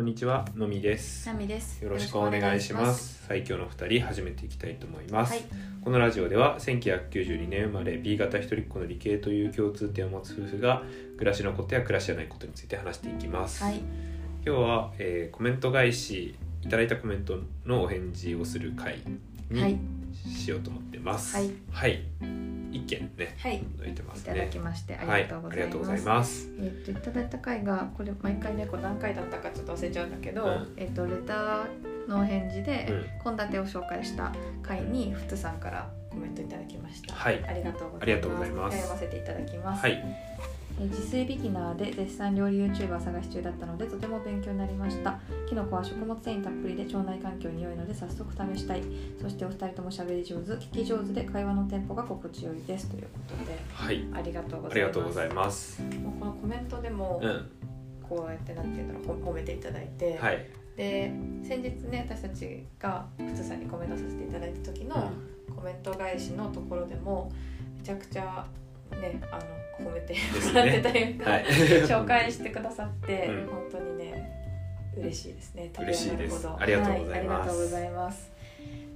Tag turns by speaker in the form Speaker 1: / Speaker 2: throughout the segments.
Speaker 1: んにちは、のみです。
Speaker 2: ナミです。
Speaker 1: よろしくお願いします。最強の二人、始めていきたいと思います。
Speaker 2: はい
Speaker 1: このラジオでは、1992年生まれ、B 型一人っ子の理系という共通点を持つ夫婦が、暮らしのことや暮らしじゃないことについて話していきます。
Speaker 2: はい。
Speaker 1: 今日は、えーコメント返し、いただいたコメントのお返事をする回
Speaker 2: はい
Speaker 1: にしようと思ってます。
Speaker 2: はい
Speaker 1: はい。一件ね、
Speaker 2: はい。い
Speaker 1: いただいてます
Speaker 2: ただ
Speaker 1: ね
Speaker 2: き。ましてあ
Speaker 1: はい
Speaker 2: りがとうご
Speaker 1: あ
Speaker 2: ざ
Speaker 1: り
Speaker 2: い
Speaker 1: がとうご
Speaker 2: ま
Speaker 1: ざい
Speaker 2: す。
Speaker 1: ます。
Speaker 2: えっといただいた回がこれ毎回ねこれ何回だったかちょっと忘れちゃうんだけど、
Speaker 1: うん
Speaker 2: えっとレターのお返事で献立、を紹介した回にふつさんからコメントいただきました。
Speaker 1: はい
Speaker 2: ありがとうございます。
Speaker 1: ありがとうございます
Speaker 2: 読ませていただきます。
Speaker 1: はい。
Speaker 2: えー自炊ビギナーで絶賛料理 YouTuber 探し中だったのでとても勉強になりましたきのこは食物繊維たっぷりで腸内環境に良いので早速試したいそしてお二人とも喋り上手聞き上手で会話のテンポが心地よいですということで
Speaker 1: はい。
Speaker 2: ありがとうご
Speaker 1: あ
Speaker 2: ざ
Speaker 1: り
Speaker 2: い
Speaker 1: が
Speaker 2: ます
Speaker 1: とうございます。
Speaker 2: もうこのコメントでも
Speaker 1: うん。
Speaker 2: こうやってなんて言うんだろうほ褒めていただいて、
Speaker 1: はい。
Speaker 2: で先日ね私たちがふつさんにコメントさせていただいた時のコメント返しのところでもめちゃくちゃねあの褒めて
Speaker 1: す
Speaker 2: もらっ
Speaker 1: ね
Speaker 2: てたいうか、
Speaker 1: はい。
Speaker 2: 紹介してくださって、
Speaker 1: うん
Speaker 2: 本当にね嬉しいですね
Speaker 1: 嬉しいです
Speaker 2: 食べ物
Speaker 1: ありがとうございます
Speaker 2: はありがとうございます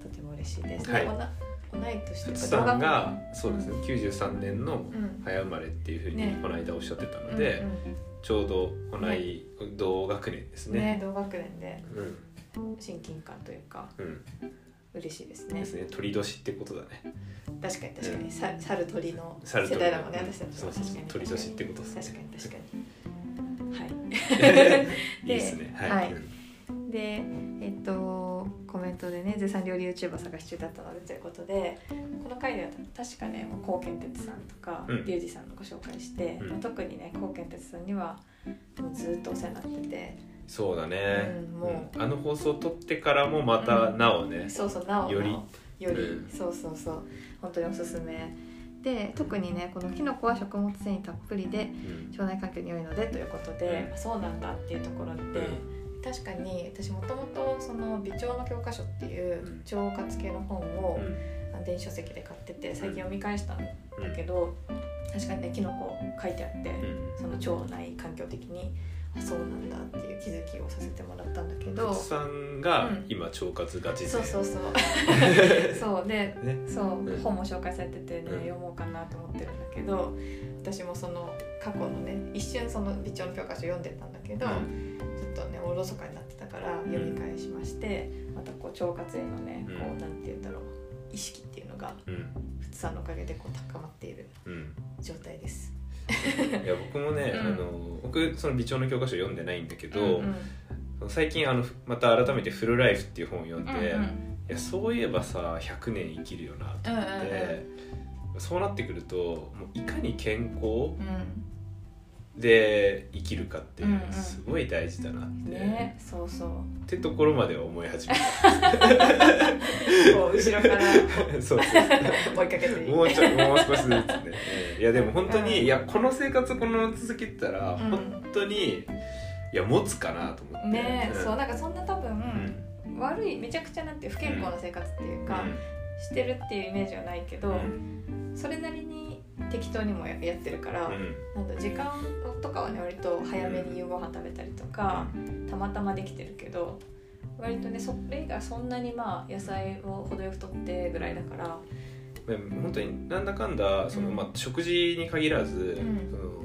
Speaker 2: とても嬉しいです、
Speaker 1: はい
Speaker 2: でおなおないとして
Speaker 1: ふつさんが
Speaker 2: 同学年
Speaker 1: そうですね93年の
Speaker 2: うん
Speaker 1: 早生まれっていうふうに
Speaker 2: ね
Speaker 1: この間おっしゃってた
Speaker 2: う
Speaker 1: の
Speaker 2: ん
Speaker 1: で、
Speaker 2: うん
Speaker 1: ちょうど同い同学年です
Speaker 2: ね
Speaker 1: ね。
Speaker 2: 同学年で
Speaker 1: うん
Speaker 2: 親近感というか
Speaker 1: うん
Speaker 2: 嬉しいですね
Speaker 1: ですね鳥年ってことだね。
Speaker 2: 確かに確かに、さ猿鳥の世
Speaker 1: 猿鳥
Speaker 2: 代だもんね私たち
Speaker 1: そう
Speaker 2: は
Speaker 1: そうそう鳥
Speaker 2: 確かに
Speaker 1: 年ってことですね。
Speaker 2: 確かに確かには い
Speaker 1: いいですね。はい。
Speaker 2: はい
Speaker 1: うん
Speaker 2: でえっとコメントでね絶賛料理 YouTuber 探し中だったのでということでこの回では確かねもう高健哲さんとか
Speaker 1: うん
Speaker 2: リュウジさんのご紹介して、
Speaker 1: うん
Speaker 2: まあ特にね高健哲さんにはもうずっとお世話になってて
Speaker 1: そうだね。
Speaker 2: うんも
Speaker 1: うんあの放送撮ってからもまたなおね。
Speaker 2: そうそうなお
Speaker 1: より
Speaker 2: なおより、
Speaker 1: うん
Speaker 2: そうそうそう本当におすすめで特にねこのキノコは食物繊維たっぷりで
Speaker 1: うん
Speaker 2: 腸内環境に良いのでということで、
Speaker 1: う
Speaker 2: そうなんだっていうところで、確かに私もともとその美腸の教科書っていう腸活系の本を電子書籍で買ってて最近読み返したんだ
Speaker 1: うんうん
Speaker 2: けど、確かにねキノコ書いてあって、
Speaker 1: うん
Speaker 2: その腸内環境的にあそうなんだっていう気づきをさせてもらったんだけど
Speaker 1: ふつさんが
Speaker 2: うん
Speaker 1: 今腸活が実
Speaker 2: そうそうそう そうで
Speaker 1: ね。
Speaker 2: そう、
Speaker 1: うん
Speaker 2: 本も紹介されててね、
Speaker 1: うん
Speaker 2: 読もうかなと思ってるんだけど私もその過去のね一瞬その美腸の教科書読んでたんだけど、
Speaker 1: うん
Speaker 2: ちょっとねおろそかになってたから読み返しまして、またこう腸活へのねこ
Speaker 1: う
Speaker 2: うんなんて言うんだろう意識っていうのが
Speaker 1: うん
Speaker 2: 普通さんのおかげでこう高まっている
Speaker 1: うん。
Speaker 2: 状態です。
Speaker 1: いや僕もね、
Speaker 2: うん
Speaker 1: あの僕その美腸の教科書読んでないんだけど、
Speaker 2: うんうん
Speaker 1: 最近あのまた改めて「フルライフ」っていう本を読んで、
Speaker 2: うんうん
Speaker 1: いやそういえばさ100年生きるよなと
Speaker 2: うん
Speaker 1: 思って、そうなってくるともういかに健康
Speaker 2: うん
Speaker 1: で生きるかって
Speaker 2: うんうん
Speaker 1: すごい大事だなって、
Speaker 2: ねそうそう
Speaker 1: ってところまでは思い始め
Speaker 2: こう後ろから
Speaker 1: た そうそう
Speaker 2: 追いかけていく
Speaker 1: もうちょいもう少しずつ ねうんいやでも本当に、
Speaker 2: うん
Speaker 1: いやこの生活このまま続けてたら、
Speaker 2: うん
Speaker 1: 本当にいや持つかなと思って
Speaker 2: ね
Speaker 1: うん
Speaker 2: そうなんかそんな多
Speaker 1: う
Speaker 2: 分、
Speaker 1: ん
Speaker 2: 悪いめちゃくちゃなんて不健康な生活っていうか、してるっていうイメージはないけ
Speaker 1: う
Speaker 2: ど、
Speaker 1: ん
Speaker 2: それなりに適当にもややってるから、
Speaker 1: うん
Speaker 2: なんだ時間とかはね割と早めに夕ご飯食べたりとか、たまたまできてるけど割とねそれ以外そんなにまあ野菜を程よくとってぐらいだから
Speaker 1: でも本当になんだかんだその、
Speaker 2: うん
Speaker 1: まあ、食事に限らず、
Speaker 2: ん
Speaker 1: その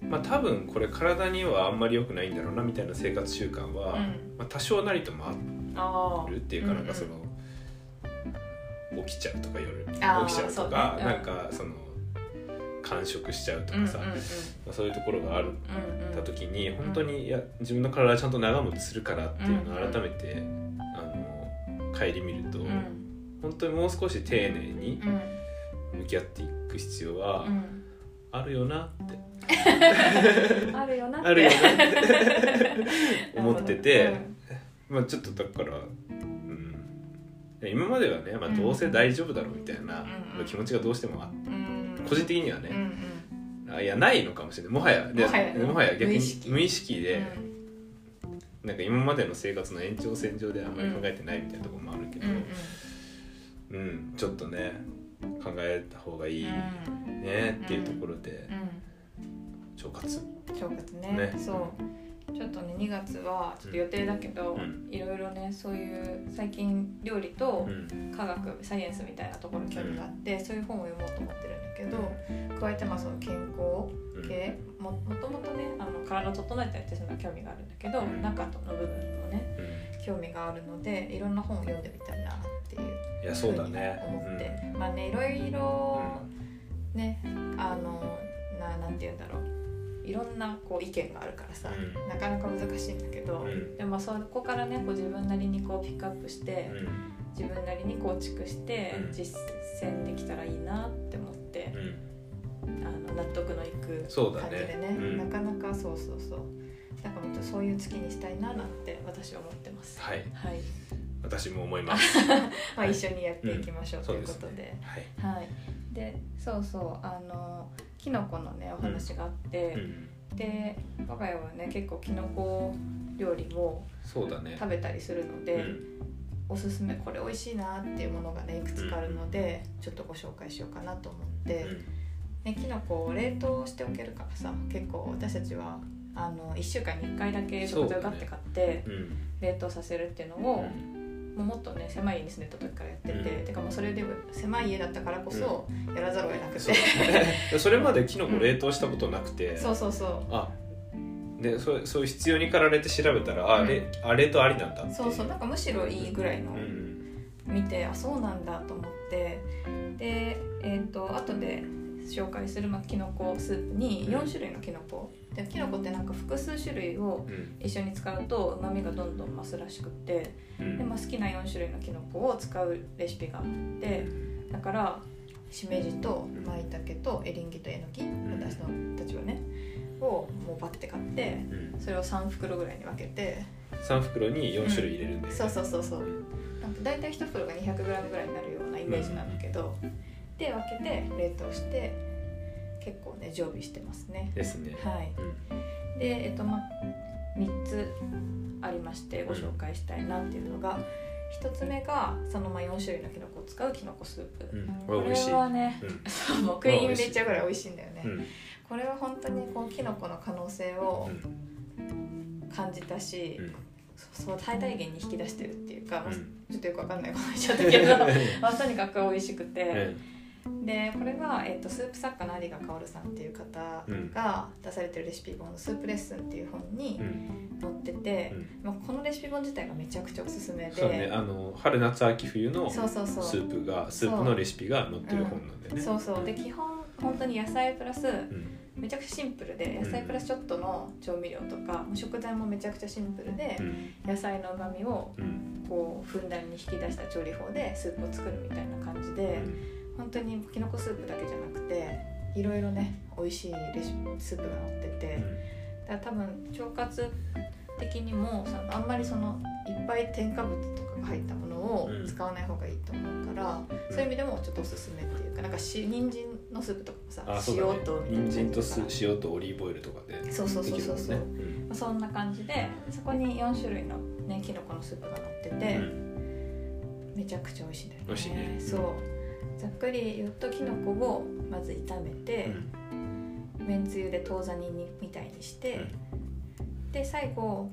Speaker 1: まあ、多分これ体にはあんまり良くないんだろうなみたいな生活習慣は、
Speaker 2: うん
Speaker 1: まあ、多少なりともあ
Speaker 2: あー
Speaker 1: るっていうか、
Speaker 2: うん
Speaker 1: なんかその起きちゃうとか夜
Speaker 2: あー
Speaker 1: 起きちゃうとか
Speaker 2: そうねうん
Speaker 1: なんかその間食しちゃうと
Speaker 2: うん
Speaker 1: かさ、まあそういうところがある
Speaker 2: うんうんうん
Speaker 1: た時に本当にいや自分の体はちゃんと長持ちするからっていうのを
Speaker 2: うん
Speaker 1: 改めて、あの顧みると、
Speaker 2: うん
Speaker 1: 本当にもう少し丁寧に、
Speaker 2: うん
Speaker 1: 向き合っていく必要は
Speaker 2: うん
Speaker 1: あるよなって、
Speaker 2: ある よなって
Speaker 1: あるよなって思って
Speaker 2: う
Speaker 1: て
Speaker 2: ん、
Speaker 1: まあ、ちょっとだから、うん、今まではね、まあ、
Speaker 2: うん
Speaker 1: どうせ大丈夫だろうみたいな、ま
Speaker 2: うん
Speaker 1: あ、気持ちがどうしてもあ
Speaker 2: うん
Speaker 1: 個人的には
Speaker 2: うんう
Speaker 1: ね、
Speaker 2: ん
Speaker 1: あいやないのかもしれないもはやで
Speaker 2: もはやね
Speaker 1: もはや逆に無
Speaker 2: 無
Speaker 1: 意
Speaker 2: 意
Speaker 1: 識
Speaker 2: 識
Speaker 1: で、なんか今までの生活の延長線上であんまり考えてないみたいなところもあるけ
Speaker 2: う
Speaker 1: ど、
Speaker 2: んうん
Speaker 1: うんちょっとね考えた方がいい
Speaker 2: うん
Speaker 1: ねっていうところで
Speaker 2: うん
Speaker 1: 腸活
Speaker 2: 腸活ね
Speaker 1: ね
Speaker 2: そう腸ちょっとね2月はちょっと予定だけど、
Speaker 1: うん
Speaker 2: いろいろねそういう最近料理と科学、サイエンスみたいなところに興味があって、そういう本を読もうと思ってるんだけど加えてまあその健康系、ももともとねあの体を整えたりってそういうのは興味があるんだけど、
Speaker 1: うん
Speaker 2: 中の部分もね興味があるのでいろんな本を読んでみたいなっていう
Speaker 1: いやそうだね
Speaker 2: ふうに思って、まあねいろいろねあのななんて言うんだろういろんなこう意見があるからさ、
Speaker 1: うん
Speaker 2: なかなか難しいんだけど、
Speaker 1: うん
Speaker 2: でもまあそこからねこう自分なりにこうピックアップして、
Speaker 1: うん
Speaker 2: 自分なりに構築して
Speaker 1: うん
Speaker 2: 実践できたらいいなって思って
Speaker 1: う、ん
Speaker 2: あの納得のいく
Speaker 1: そうだ
Speaker 2: 感じで
Speaker 1: ね
Speaker 2: ね
Speaker 1: うん
Speaker 2: なかなかそうそうそうだから本当そういう月にしたいななんて私は思ってます。
Speaker 1: はい
Speaker 2: はい、
Speaker 1: 私も思い ます
Speaker 2: まあ一緒にやっていきましょう、と
Speaker 1: そう
Speaker 2: いう
Speaker 1: で
Speaker 2: こ
Speaker 1: す
Speaker 2: とで。
Speaker 1: ねはい
Speaker 2: はい、でそうそうあのキノコのねお話があって、
Speaker 1: うん
Speaker 2: で我が家はね結構キノコ料理も
Speaker 1: そうだね
Speaker 2: 食べたりするので、
Speaker 1: うん
Speaker 2: おすすめこれ美味しいなっていうものがねいくつかあるので、ちょっとご紹介しようかなと思って、ね、きのこを冷凍しておけるからさ結構私たちはあの1週間に1回だけ食材を買って買って
Speaker 1: うんうん
Speaker 2: 冷凍させるっていうのを、もうもっとね狭い家に住んでた時からやってて、
Speaker 1: うん
Speaker 2: てかもうそれで狭い家だったからこそやらざるを得なく
Speaker 1: そう
Speaker 2: て、
Speaker 1: ねそれまでキノコ冷凍したことなくて
Speaker 2: そうそうそう
Speaker 1: あでそうそういう必要に駆られて調べたらあ
Speaker 2: うん
Speaker 1: れ、あれとありなんだってい
Speaker 2: そうそうなんかむしろいいぐらいうの
Speaker 1: ん
Speaker 2: 見て、あそうなんだと思ってでえっ、と後で紹介する、まあ、きのこスープに
Speaker 1: うん
Speaker 2: 4種類のきのこできのこってなんか複数種類を
Speaker 1: うん
Speaker 2: 一緒に使うとうまみがどんどん増すらしくて
Speaker 1: うん
Speaker 2: で、まあ、好きな4種類のきのこを使うレシピがあってだからしめじと
Speaker 1: ん
Speaker 2: まいたけとエリンギとえのき私のたちはねをもうバッて買って
Speaker 1: うん、
Speaker 2: それを3袋ぐらいに分けて
Speaker 1: 3袋に4種類入れるんで、
Speaker 2: そうそうそうそう
Speaker 1: うん
Speaker 2: なんか大体1袋が 200g ぐらいになるようなイメージなんだけど、で分けて冷凍して結構ね常備してますね
Speaker 1: ですね、
Speaker 2: はい
Speaker 1: うん
Speaker 2: でえっとまあ3つありましてご紹介したいなっていうのが1つ目がそのまあ4種類のきのこを使うきのこスープ、
Speaker 1: うんこ
Speaker 2: こ
Speaker 1: れ
Speaker 2: れ
Speaker 1: 美味しい
Speaker 2: は ねそうもう食い
Speaker 1: 美
Speaker 2: 入
Speaker 1: 味しい
Speaker 2: れちゃうぐらい美味しいんだよね、
Speaker 1: うん
Speaker 2: これは本当にこうきのこの可能性を感じたし、
Speaker 1: うん
Speaker 2: そそう最大限に引き出してるっていうか、
Speaker 1: う
Speaker 2: まあ
Speaker 1: ん
Speaker 2: ちょっとよくわかんないこと言っちゃっ
Speaker 1: う
Speaker 2: た
Speaker 1: ん
Speaker 2: けどまあ、とにかく美味しくて、
Speaker 1: うん
Speaker 2: でこれは、えっとスープ作家の有賀薫さんっていう方が出されてるレシピ本の「スープレッスン」っていう本に
Speaker 1: うん
Speaker 2: 載ってて
Speaker 1: う、ん
Speaker 2: まあ、このレシピ本自体がめちゃくちゃおすすめで
Speaker 1: そうねあの春夏秋冬のス
Speaker 2: そうそうそう
Speaker 1: ープがスープのレシピが載ってる本なんだよね
Speaker 2: そうそうで基本本当に野菜プラス
Speaker 1: うん
Speaker 2: めちゃくちゃシンプルで野菜プラスちょっとの調味料とか食材もめちゃくちゃシンプルで
Speaker 1: うん
Speaker 2: 野菜のうまみを
Speaker 1: うん
Speaker 2: こうふんだんに引き出した調理法でスープを作るみたいな感じで。本当にきのこスープだけじゃなくていろいろね美味しいレシピスープが載っててだから多分腸活的にもそのあんまりそのいっぱい添加物とかが入ったものを
Speaker 1: うん
Speaker 2: 使わない方がいいと思うから、
Speaker 1: うん
Speaker 2: そういう意味でもちょっとおすすめっていうかなんかし人参のスープとかもさ、
Speaker 1: あそうだ
Speaker 2: 塩
Speaker 1: ね
Speaker 2: とみたいな
Speaker 1: 人参と
Speaker 2: 感じだ
Speaker 1: す
Speaker 2: から
Speaker 1: 塩とオリーブオイルとかで
Speaker 2: そうそう
Speaker 1: で
Speaker 2: そう
Speaker 1: きるも
Speaker 2: そうんそ
Speaker 1: ね
Speaker 2: うまあそんな感じでそこに4種類のねきのこのスープが載ってて、
Speaker 1: うんうん
Speaker 2: めちゃくちゃ美味しいんだよね
Speaker 1: 美味しいね
Speaker 2: そうざっくり言うときのこをまず炒めて、めんつゆで遠ざ煮にみたいにして、で最後、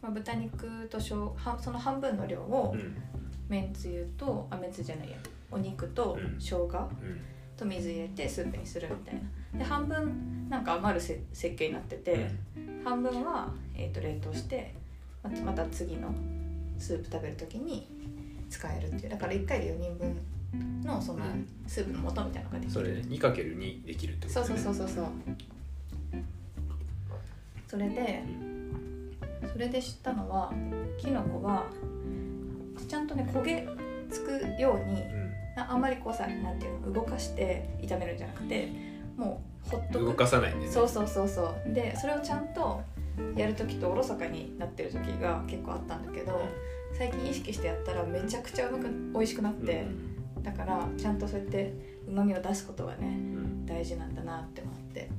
Speaker 2: まあ、豚肉としょうはその半分の量を
Speaker 1: うんうん
Speaker 2: めんつゆとあめんつゆじゃないやお肉と
Speaker 1: うん
Speaker 2: 生姜と水入れてスープにするみたいなで半分なんか余るせ設計になってて、半分は、えー、と冷凍してまたまた次のスープ食べる時に使えるっていうだから1回で4人分のその
Speaker 1: うん
Speaker 2: スープの素みたいなのが
Speaker 1: う
Speaker 2: で
Speaker 1: ん
Speaker 2: き
Speaker 1: それ
Speaker 2: る、
Speaker 1: 2×2 できるってこと
Speaker 2: そうそうそううそうそうそれでそれで知ったのはきのこはちゃんとね焦げつくようにああんまりこうさなんていうの動かして炒めるんじゃなくてもうほっと
Speaker 1: 動
Speaker 2: く
Speaker 1: かさないんでね
Speaker 2: そうそうそうそうでそれをちゃんとやる時とおろそかになってる時が結構あったんだけど最近意識してやったらめちゃくちゃうまく美味しくなっ
Speaker 1: う
Speaker 2: て、
Speaker 1: ん
Speaker 2: だからちゃんとそうやってうまみを出すことがね
Speaker 1: うん
Speaker 2: 大事なんだなって思って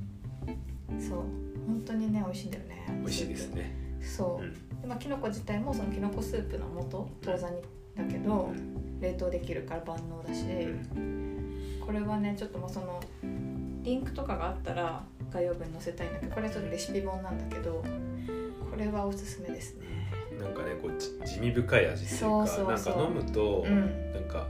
Speaker 2: そう本当にね美味しいんだよね
Speaker 1: 美味しいですね
Speaker 2: そう、でまあ、きのこ自体もそのきのこスープの素当座にだけ
Speaker 1: う
Speaker 2: ど
Speaker 1: ん
Speaker 2: 冷凍できるから万能だし、
Speaker 1: うん
Speaker 2: これはねちょっともうそのリンクとかがあったら概要文載せたいんだけどこれちょっとレシピ本なんだけどこれはおすすめですね
Speaker 1: なんかねこうち地味深い味っていうか
Speaker 2: そうそうそう
Speaker 1: なんか飲むと、
Speaker 2: うん
Speaker 1: なんか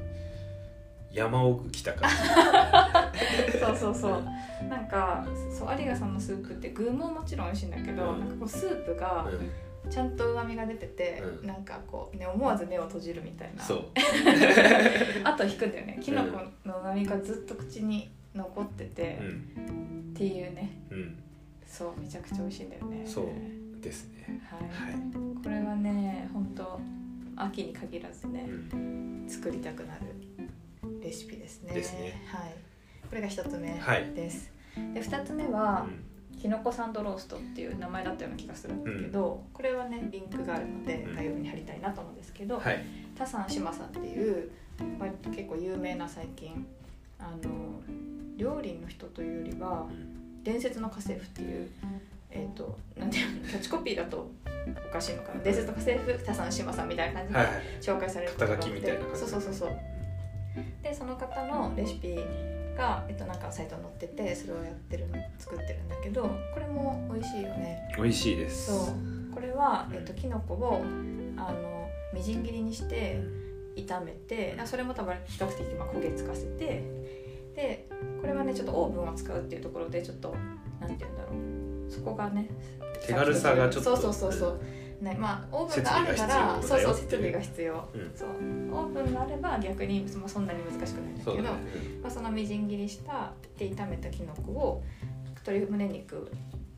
Speaker 1: 山奥来た感じ
Speaker 2: そうそうそう なんかそう有賀さんのスープって具ももちろん美味しいんだけど、
Speaker 1: うん
Speaker 2: なんかこうスープが
Speaker 1: うん
Speaker 2: ちゃんとうまみが出てて、
Speaker 1: うん
Speaker 2: なんかこう、ね、思わず目を閉じるみたいな
Speaker 1: そう
Speaker 2: あと引くんだよねきのこのうまみがずっと口に残ってて
Speaker 1: う、ん
Speaker 2: っていうね
Speaker 1: うん
Speaker 2: そうめちゃくちゃ美味しいんだよね
Speaker 1: そうですね
Speaker 2: は
Speaker 1: はいい、
Speaker 2: これはね本当秋に限らずね
Speaker 1: う、ん、
Speaker 2: 作りたくなるレシピですね。
Speaker 1: ですね
Speaker 2: はい。これが一つ目
Speaker 1: はい
Speaker 2: です。で二つ目
Speaker 1: う
Speaker 2: は、
Speaker 1: ん
Speaker 2: きのこサンドローストっていう名前だったような気がするんだけど、これはねリンクがあるので
Speaker 1: うん
Speaker 2: 概要欄に貼りたいなと思うんですけど、
Speaker 1: はい
Speaker 2: タサンシマさんっていう割と結構有名な最近あの料理の人というよりは
Speaker 1: うん
Speaker 2: 伝説の家政婦っていう、えっとなんていうのキャッチコピーだとおかしいのかな伝説の家政婦タサンシマさんみたいな感じで
Speaker 1: はいはい
Speaker 2: 紹介されることが多くて
Speaker 1: 肩書きみたいな感じ
Speaker 2: そうそうそうそうでその方のレシピが、えっと、なんかサイトに載っててそれをやってるの作ってるんだけどこれも美味しいよね
Speaker 1: 美味しいです
Speaker 2: そうこれは
Speaker 1: う、ん
Speaker 2: えっと、きのこをあのみじん切りにして炒めてあそれも多分比較的まあ焦げつかせてでこれはねちょっとオーブンを使うっていうところでちょっとなんて言うんだろうそこがね
Speaker 1: 手軽さがちょっと
Speaker 2: そうそうそうそう、ね、まあオーブンがあるから
Speaker 1: 設
Speaker 2: そ
Speaker 1: 備が必要
Speaker 2: うそ
Speaker 1: だよってい
Speaker 2: う
Speaker 1: う
Speaker 2: 設備が必要
Speaker 1: うん
Speaker 2: そうオーブンがあれば逆にまあそんなに難しくないんだ
Speaker 1: そ
Speaker 2: け
Speaker 1: う
Speaker 2: ど
Speaker 1: だね
Speaker 2: まあ、そのみじん切りしたで炒めたきのこを鶏胸肉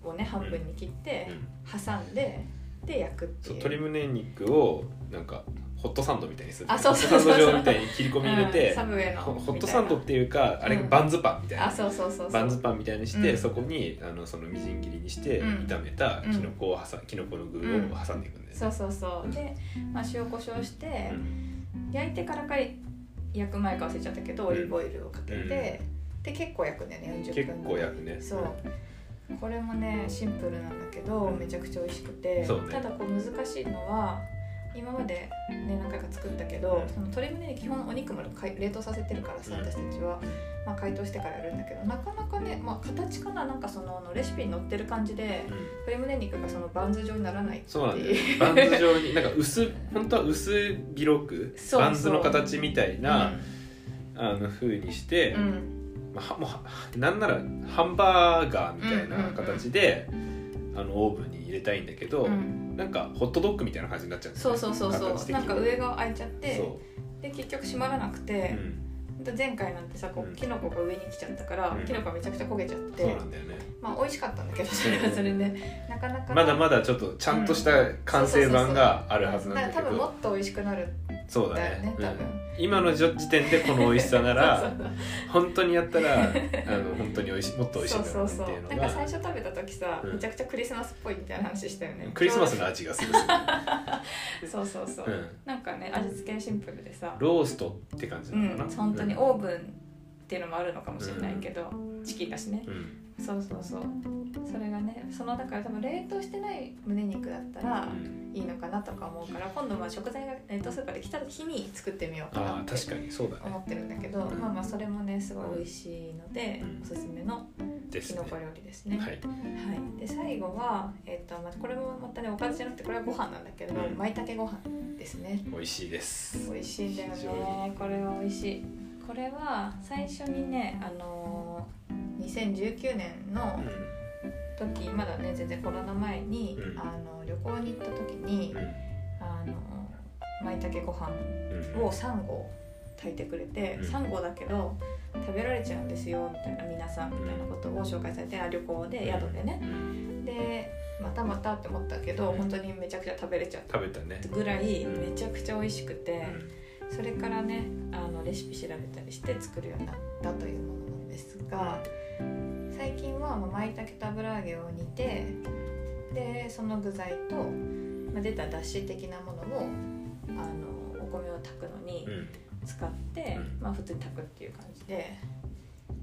Speaker 2: をね半分に切って
Speaker 1: うん
Speaker 2: 挟んでで焼くって
Speaker 1: そう
Speaker 2: いう
Speaker 1: 鶏胸肉をなんかホットサンドみたいにする
Speaker 2: あそうそうそ
Speaker 1: ホット
Speaker 2: う
Speaker 1: サンド状みたいに切り込み入れ
Speaker 2: うん
Speaker 1: て
Speaker 2: サブウェイの
Speaker 1: ホホッ
Speaker 2: みた
Speaker 1: ト
Speaker 2: いな
Speaker 1: サンドっていうかあれがバンズパンみたいな
Speaker 2: あそうそうそうそう
Speaker 1: バンズパンみたいにして、
Speaker 2: うん
Speaker 1: そこにあのそのみじん切りにして
Speaker 2: うん
Speaker 1: 炒めたきのこを挟、きのこの具を挟んでいくんだよね
Speaker 2: そうそうそうで、まあ、塩コショウして
Speaker 1: うん
Speaker 2: 焼いてからかい焼く前か忘れちゃったけどオリーブオイルをかけて、
Speaker 1: うん
Speaker 2: で結構焼くんだよね40
Speaker 1: 結
Speaker 2: 分ぐ
Speaker 1: 構
Speaker 2: らい
Speaker 1: 焼くね
Speaker 2: そうこれもねシンプルなんだけど、
Speaker 1: うん
Speaker 2: めちゃくちゃ美味しくて、
Speaker 1: そうね
Speaker 2: ただこう難しいのは今まで、ね、何回か作ったけ
Speaker 1: う
Speaker 2: ど、
Speaker 1: ん
Speaker 2: その鶏胸肉基本お肉もかい冷凍させてるからさ、
Speaker 1: うん
Speaker 2: 私たちは、まあ、解凍してからやるんだけどなかなかね、まあ、形かななんかそのあのレシピに載ってる感じで
Speaker 1: うん
Speaker 2: 鶏胸肉がそのバンズ状にならないって
Speaker 1: そうなんだ よ
Speaker 2: いう
Speaker 1: バンズ状になんか薄本当は薄広く
Speaker 2: そうそう
Speaker 1: バンズの形みたいな、あの風にして、
Speaker 2: うんうん
Speaker 1: まあはもうはなんならハンバーガーみたい
Speaker 2: うんうん
Speaker 1: な
Speaker 2: うん
Speaker 1: 形で、あのオーブンに入れたいんだけど、
Speaker 2: うん
Speaker 1: なんかホットドッグみたいな感じになっちゃうんだよ
Speaker 2: そう
Speaker 1: ね
Speaker 2: そうそう
Speaker 1: 形
Speaker 2: そう
Speaker 1: 的に
Speaker 2: なんか上が開いちゃって
Speaker 1: そ
Speaker 2: で結局閉まらなく
Speaker 1: う、う
Speaker 2: て、
Speaker 1: ん、
Speaker 2: ほんと前回なんてさこ
Speaker 1: う
Speaker 2: うんキノコが上に来ちゃったから、
Speaker 1: うん
Speaker 2: キノコがめちゃくちゃ焦げちゃって、
Speaker 1: そうなんだよね
Speaker 2: まあ美味しかったんだけどそれはそれでなかなか
Speaker 1: まだまだちょっとちゃんとした完成版があるはずなんだ
Speaker 2: か
Speaker 1: け
Speaker 2: ら多分も
Speaker 1: ど
Speaker 2: っと美味しくなる
Speaker 1: そうだ
Speaker 2: だよね
Speaker 1: ね
Speaker 2: 多分
Speaker 1: うん今のじょ時点でこの美味しさなら
Speaker 2: そうそうそう
Speaker 1: 本当にやった らあの本当に美味しいもっと美味しいんだろうなっていうの
Speaker 2: そうそうそうなんか最
Speaker 1: が
Speaker 2: 初食べた時さ、
Speaker 1: うん
Speaker 2: めちゃくちゃクリスマスっぽいみたいな話したよね
Speaker 1: クリスマスの味がする、
Speaker 2: そうそうそう、
Speaker 1: うん、
Speaker 2: なんかね味付けシンプルでさ
Speaker 1: ローストって感じ
Speaker 2: う
Speaker 1: なのか
Speaker 2: ん
Speaker 1: な、
Speaker 2: 本当に
Speaker 1: うん
Speaker 2: オーブンっていうのもあるのかもしれないけど、チキンだしね
Speaker 1: うん
Speaker 2: そうそうそうそれがねそのだから多分冷凍してない胸肉だったら
Speaker 1: うん
Speaker 2: いいのかなとか思うから今度まあ食材が冷凍スーパーで来た日に作ってみようかな
Speaker 1: あ
Speaker 2: っ
Speaker 1: あ
Speaker 2: て
Speaker 1: 確かにそうだね
Speaker 2: 思ってるんだけど、
Speaker 1: うん
Speaker 2: まあまあそれもねすごい美味しいので、
Speaker 1: うん
Speaker 2: おすすめの
Speaker 1: で
Speaker 2: き
Speaker 1: す
Speaker 2: の
Speaker 1: ね
Speaker 2: こ料理ですね。
Speaker 1: はい
Speaker 2: はいで最後は、えっとまあ、これもまたねおかずじゃなくてこれはご飯なんだけど、
Speaker 1: うん
Speaker 2: まいたけご飯ですね。
Speaker 1: 美味しいです
Speaker 2: 美味しいんだよ
Speaker 1: 非常
Speaker 2: ねこれは美味しい。これは最初にねあのー2019年の時、まだね全然コロナ前に、
Speaker 1: うん
Speaker 2: あの旅行に行った時に、あのまいたけご飯
Speaker 1: うん
Speaker 2: を3合炊いてくれて、
Speaker 1: うん
Speaker 2: 3合だけど食べられちゃうんですよみたいな皆さんみたいなことを紹介されて、あ旅行で宿でね
Speaker 1: うんうん
Speaker 2: でまたまたって思ったけど、
Speaker 1: うん
Speaker 2: 本当にめちゃくちゃ食べれちゃっ
Speaker 1: 食べたね
Speaker 2: たぐらい
Speaker 1: うん
Speaker 2: めちゃくちゃ美味しく
Speaker 1: う
Speaker 2: て、
Speaker 1: ん
Speaker 2: それからねあのレシピ調べたりして作るようになったというものなんですが最近はまあ舞茸と油揚げを煮てでその具材と、まあ、出ただし的なものをあのお米を炊くのに
Speaker 1: うん
Speaker 2: 使って、
Speaker 1: うん
Speaker 2: まあ普通に炊くっていう感じで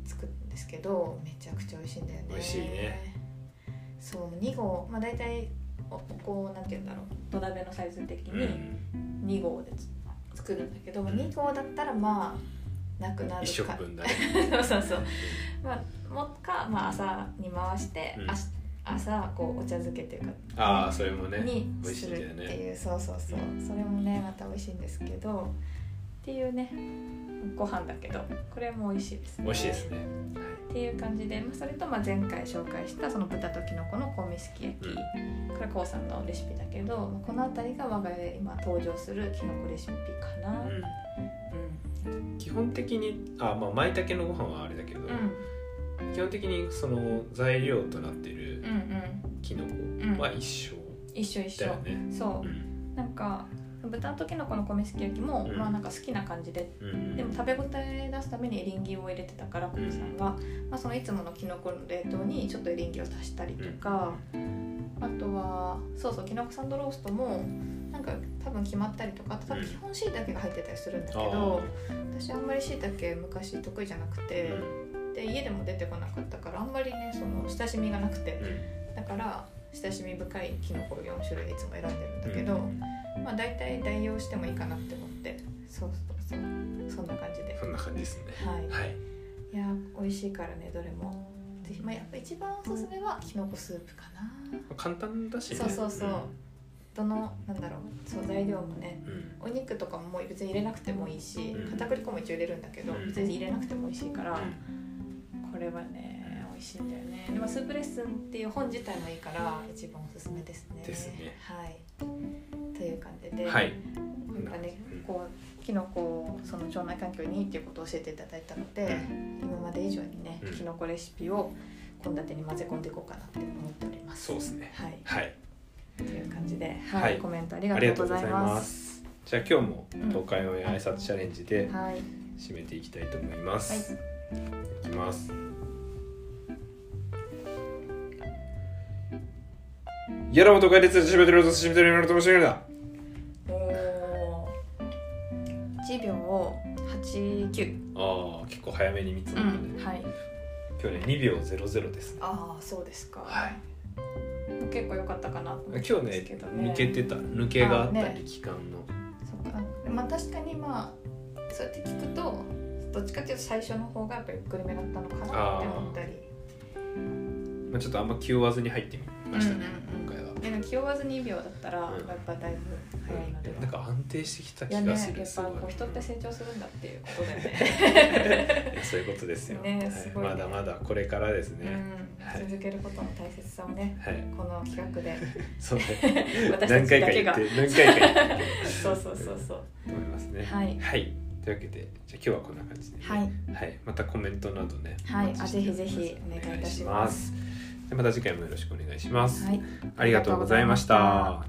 Speaker 2: 作るんですけどめちゃくちゃ美味しいんだよね
Speaker 1: 美味しいね
Speaker 2: そう2合まあ大体おこうなんて言うんだろう土鍋のサイズ的
Speaker 1: うん
Speaker 2: に2合でつ作るんだけど、
Speaker 1: ん
Speaker 2: 2合だったらまあなくなるか
Speaker 1: 一食分だね
Speaker 2: そうそうそうまあもっか、まあ、朝に回して、
Speaker 1: うん
Speaker 2: あし朝こうお茶漬けというか
Speaker 1: ああそれもね
Speaker 2: に
Speaker 1: 美味しい
Speaker 2: す
Speaker 1: んだ
Speaker 2: る
Speaker 1: よ
Speaker 2: って
Speaker 1: ね
Speaker 2: いうそうそうそうそれもねまた美味しいんですけどっていうねご飯だけどこれも美味しいですね
Speaker 1: 美味しいですね
Speaker 2: っていう感じで、まあ、それとまあ前回紹介したその豚ときのこの香味すき焼き、
Speaker 1: うん
Speaker 2: これこうさんのレシピだけど、まあ、この辺りが我が家で今登場するきのこレシピかな、
Speaker 1: はい
Speaker 2: うん
Speaker 1: うん基本的にあまあ舞茸のご飯はあれだけど、基本的にその材料となってる
Speaker 2: うんうん
Speaker 1: きのこ
Speaker 2: ん
Speaker 1: は一緒
Speaker 2: 一緒一
Speaker 1: だよ
Speaker 2: 緒
Speaker 1: ね
Speaker 2: そううんなんか豚ときのこの米すき焼きも、
Speaker 1: うん
Speaker 2: まあなんか好きな感じで
Speaker 1: うん
Speaker 2: でも食べ応え出すためにエリンギを入れてたからコウさんが、まあ、そのいつものキノコの冷凍にちょっとエリンギを足したりとか、あとはそうそうきのこサンドローストもなんか多分決まったりとかあと多分
Speaker 1: うん
Speaker 2: 基本しいたけが入ってたりするんだけ
Speaker 1: ああ
Speaker 2: ど、私あんまりしいたけ昔得意じゃなくて、
Speaker 1: う
Speaker 2: で家でも出てこなかったからあんまりねその親しみがなく
Speaker 1: ん
Speaker 2: て
Speaker 1: うん
Speaker 2: だから親しみ深いきのこを4種類いつも選んでるんだけど、
Speaker 1: うん
Speaker 2: まあ大体代用してもいいかなって思ってそうそうそうそんな感じで。
Speaker 1: そんな感じですね
Speaker 2: はい
Speaker 1: はい
Speaker 2: いやー美味しいからねどれもぜひまあやっぱ一番おすすめはきのこスープかな
Speaker 1: 簡単だしね
Speaker 2: そうそうそうどのなんだろうそう材料もね
Speaker 1: うんうん
Speaker 2: お肉とかももう別に入れなくてもいいし
Speaker 1: うん
Speaker 2: 片栗粉も一応入れるんだけど
Speaker 1: うん
Speaker 2: 別に入れなくても美味しいから
Speaker 1: う
Speaker 2: これはね美味しいんだよねでもスープレッスンっていう本自体もいいから一番おすすめですね
Speaker 1: ですね
Speaker 2: はいという感じで
Speaker 1: んはい
Speaker 2: なんかね
Speaker 1: うん
Speaker 2: こうきのこをその腸内環境にいいっていうことを教えていただいたので、今まで以上にね、
Speaker 1: うん
Speaker 2: きのこレシピを献立に混ぜ込んでいこうかなって思っております。
Speaker 1: そうですね
Speaker 2: はい、
Speaker 1: はい
Speaker 2: という感じで、はい、
Speaker 1: はい
Speaker 2: コメントあ
Speaker 1: あ
Speaker 2: り
Speaker 1: り
Speaker 2: が
Speaker 1: が
Speaker 2: と
Speaker 1: と
Speaker 2: う
Speaker 1: う
Speaker 2: ご
Speaker 1: ご
Speaker 2: ざ
Speaker 1: ざ
Speaker 2: い
Speaker 1: い
Speaker 2: ま。
Speaker 1: ますすじゃあ今日も
Speaker 2: うん
Speaker 1: 東海オンエア挨拶チャレンジで
Speaker 2: はい、
Speaker 1: 締めていきたいと思います、いきますやらもとか列で締めてるぞ締めてるようなともしれないだ
Speaker 2: お一秒を八九、
Speaker 1: ああ結構早めに見つ
Speaker 2: う
Speaker 1: めたね、
Speaker 2: ん、はい。
Speaker 1: 今日ね2秒00ですね
Speaker 2: ああ、そうですか。
Speaker 1: はい
Speaker 2: 結構良かったかなと思う
Speaker 1: 今
Speaker 2: んで
Speaker 1: 日ね
Speaker 2: すけどね。
Speaker 1: 抜けてた抜けがあった
Speaker 2: あ
Speaker 1: り
Speaker 2: ね
Speaker 1: 期間の
Speaker 2: そうか、まあ、確かに、まあ、そうやって聞くと、どっちかというと最初の方がやっぱゆっくりめだったのかなって思ったり。
Speaker 1: まあ、ちょっとあんま気負わずに入ってみましたね、
Speaker 2: うんうんうん
Speaker 1: 今回は。
Speaker 2: え、でも気負わずに2秒だったら、
Speaker 1: うん
Speaker 2: やっぱだいぶ早いのでは。
Speaker 1: なんか安定してきた
Speaker 2: いや
Speaker 1: 気
Speaker 2: ね、
Speaker 1: が
Speaker 2: や
Speaker 1: する、
Speaker 2: っ
Speaker 1: す
Speaker 2: ぱ
Speaker 1: ごい
Speaker 2: こう人って成長するんだっていうことだよ
Speaker 1: い
Speaker 2: ね。
Speaker 1: やそういうことですよ、
Speaker 2: ね
Speaker 1: はい
Speaker 2: すごいね
Speaker 1: まだまだこれからです
Speaker 2: う
Speaker 1: ね、
Speaker 2: ん
Speaker 1: はい
Speaker 2: 続けることの大切さをね、
Speaker 1: はい
Speaker 2: この企画で
Speaker 1: そうね
Speaker 2: 私た
Speaker 1: 何
Speaker 2: ち
Speaker 1: 回
Speaker 2: だ
Speaker 1: か言
Speaker 2: け
Speaker 1: っ
Speaker 2: が
Speaker 1: て。何回か言って
Speaker 2: そうそうそうそう。
Speaker 1: 思いますね
Speaker 2: はい
Speaker 1: というわけでじゃあ今日はこんな感じでね、
Speaker 2: はい、
Speaker 1: はいまたコメントなどね
Speaker 2: はい
Speaker 1: お待ちしております
Speaker 2: あぜひぜひお願いいたし
Speaker 1: お願
Speaker 2: ま
Speaker 1: い
Speaker 2: す
Speaker 1: しますでまた次回もよろしくお願いします、
Speaker 2: はい。
Speaker 1: ありがとうございました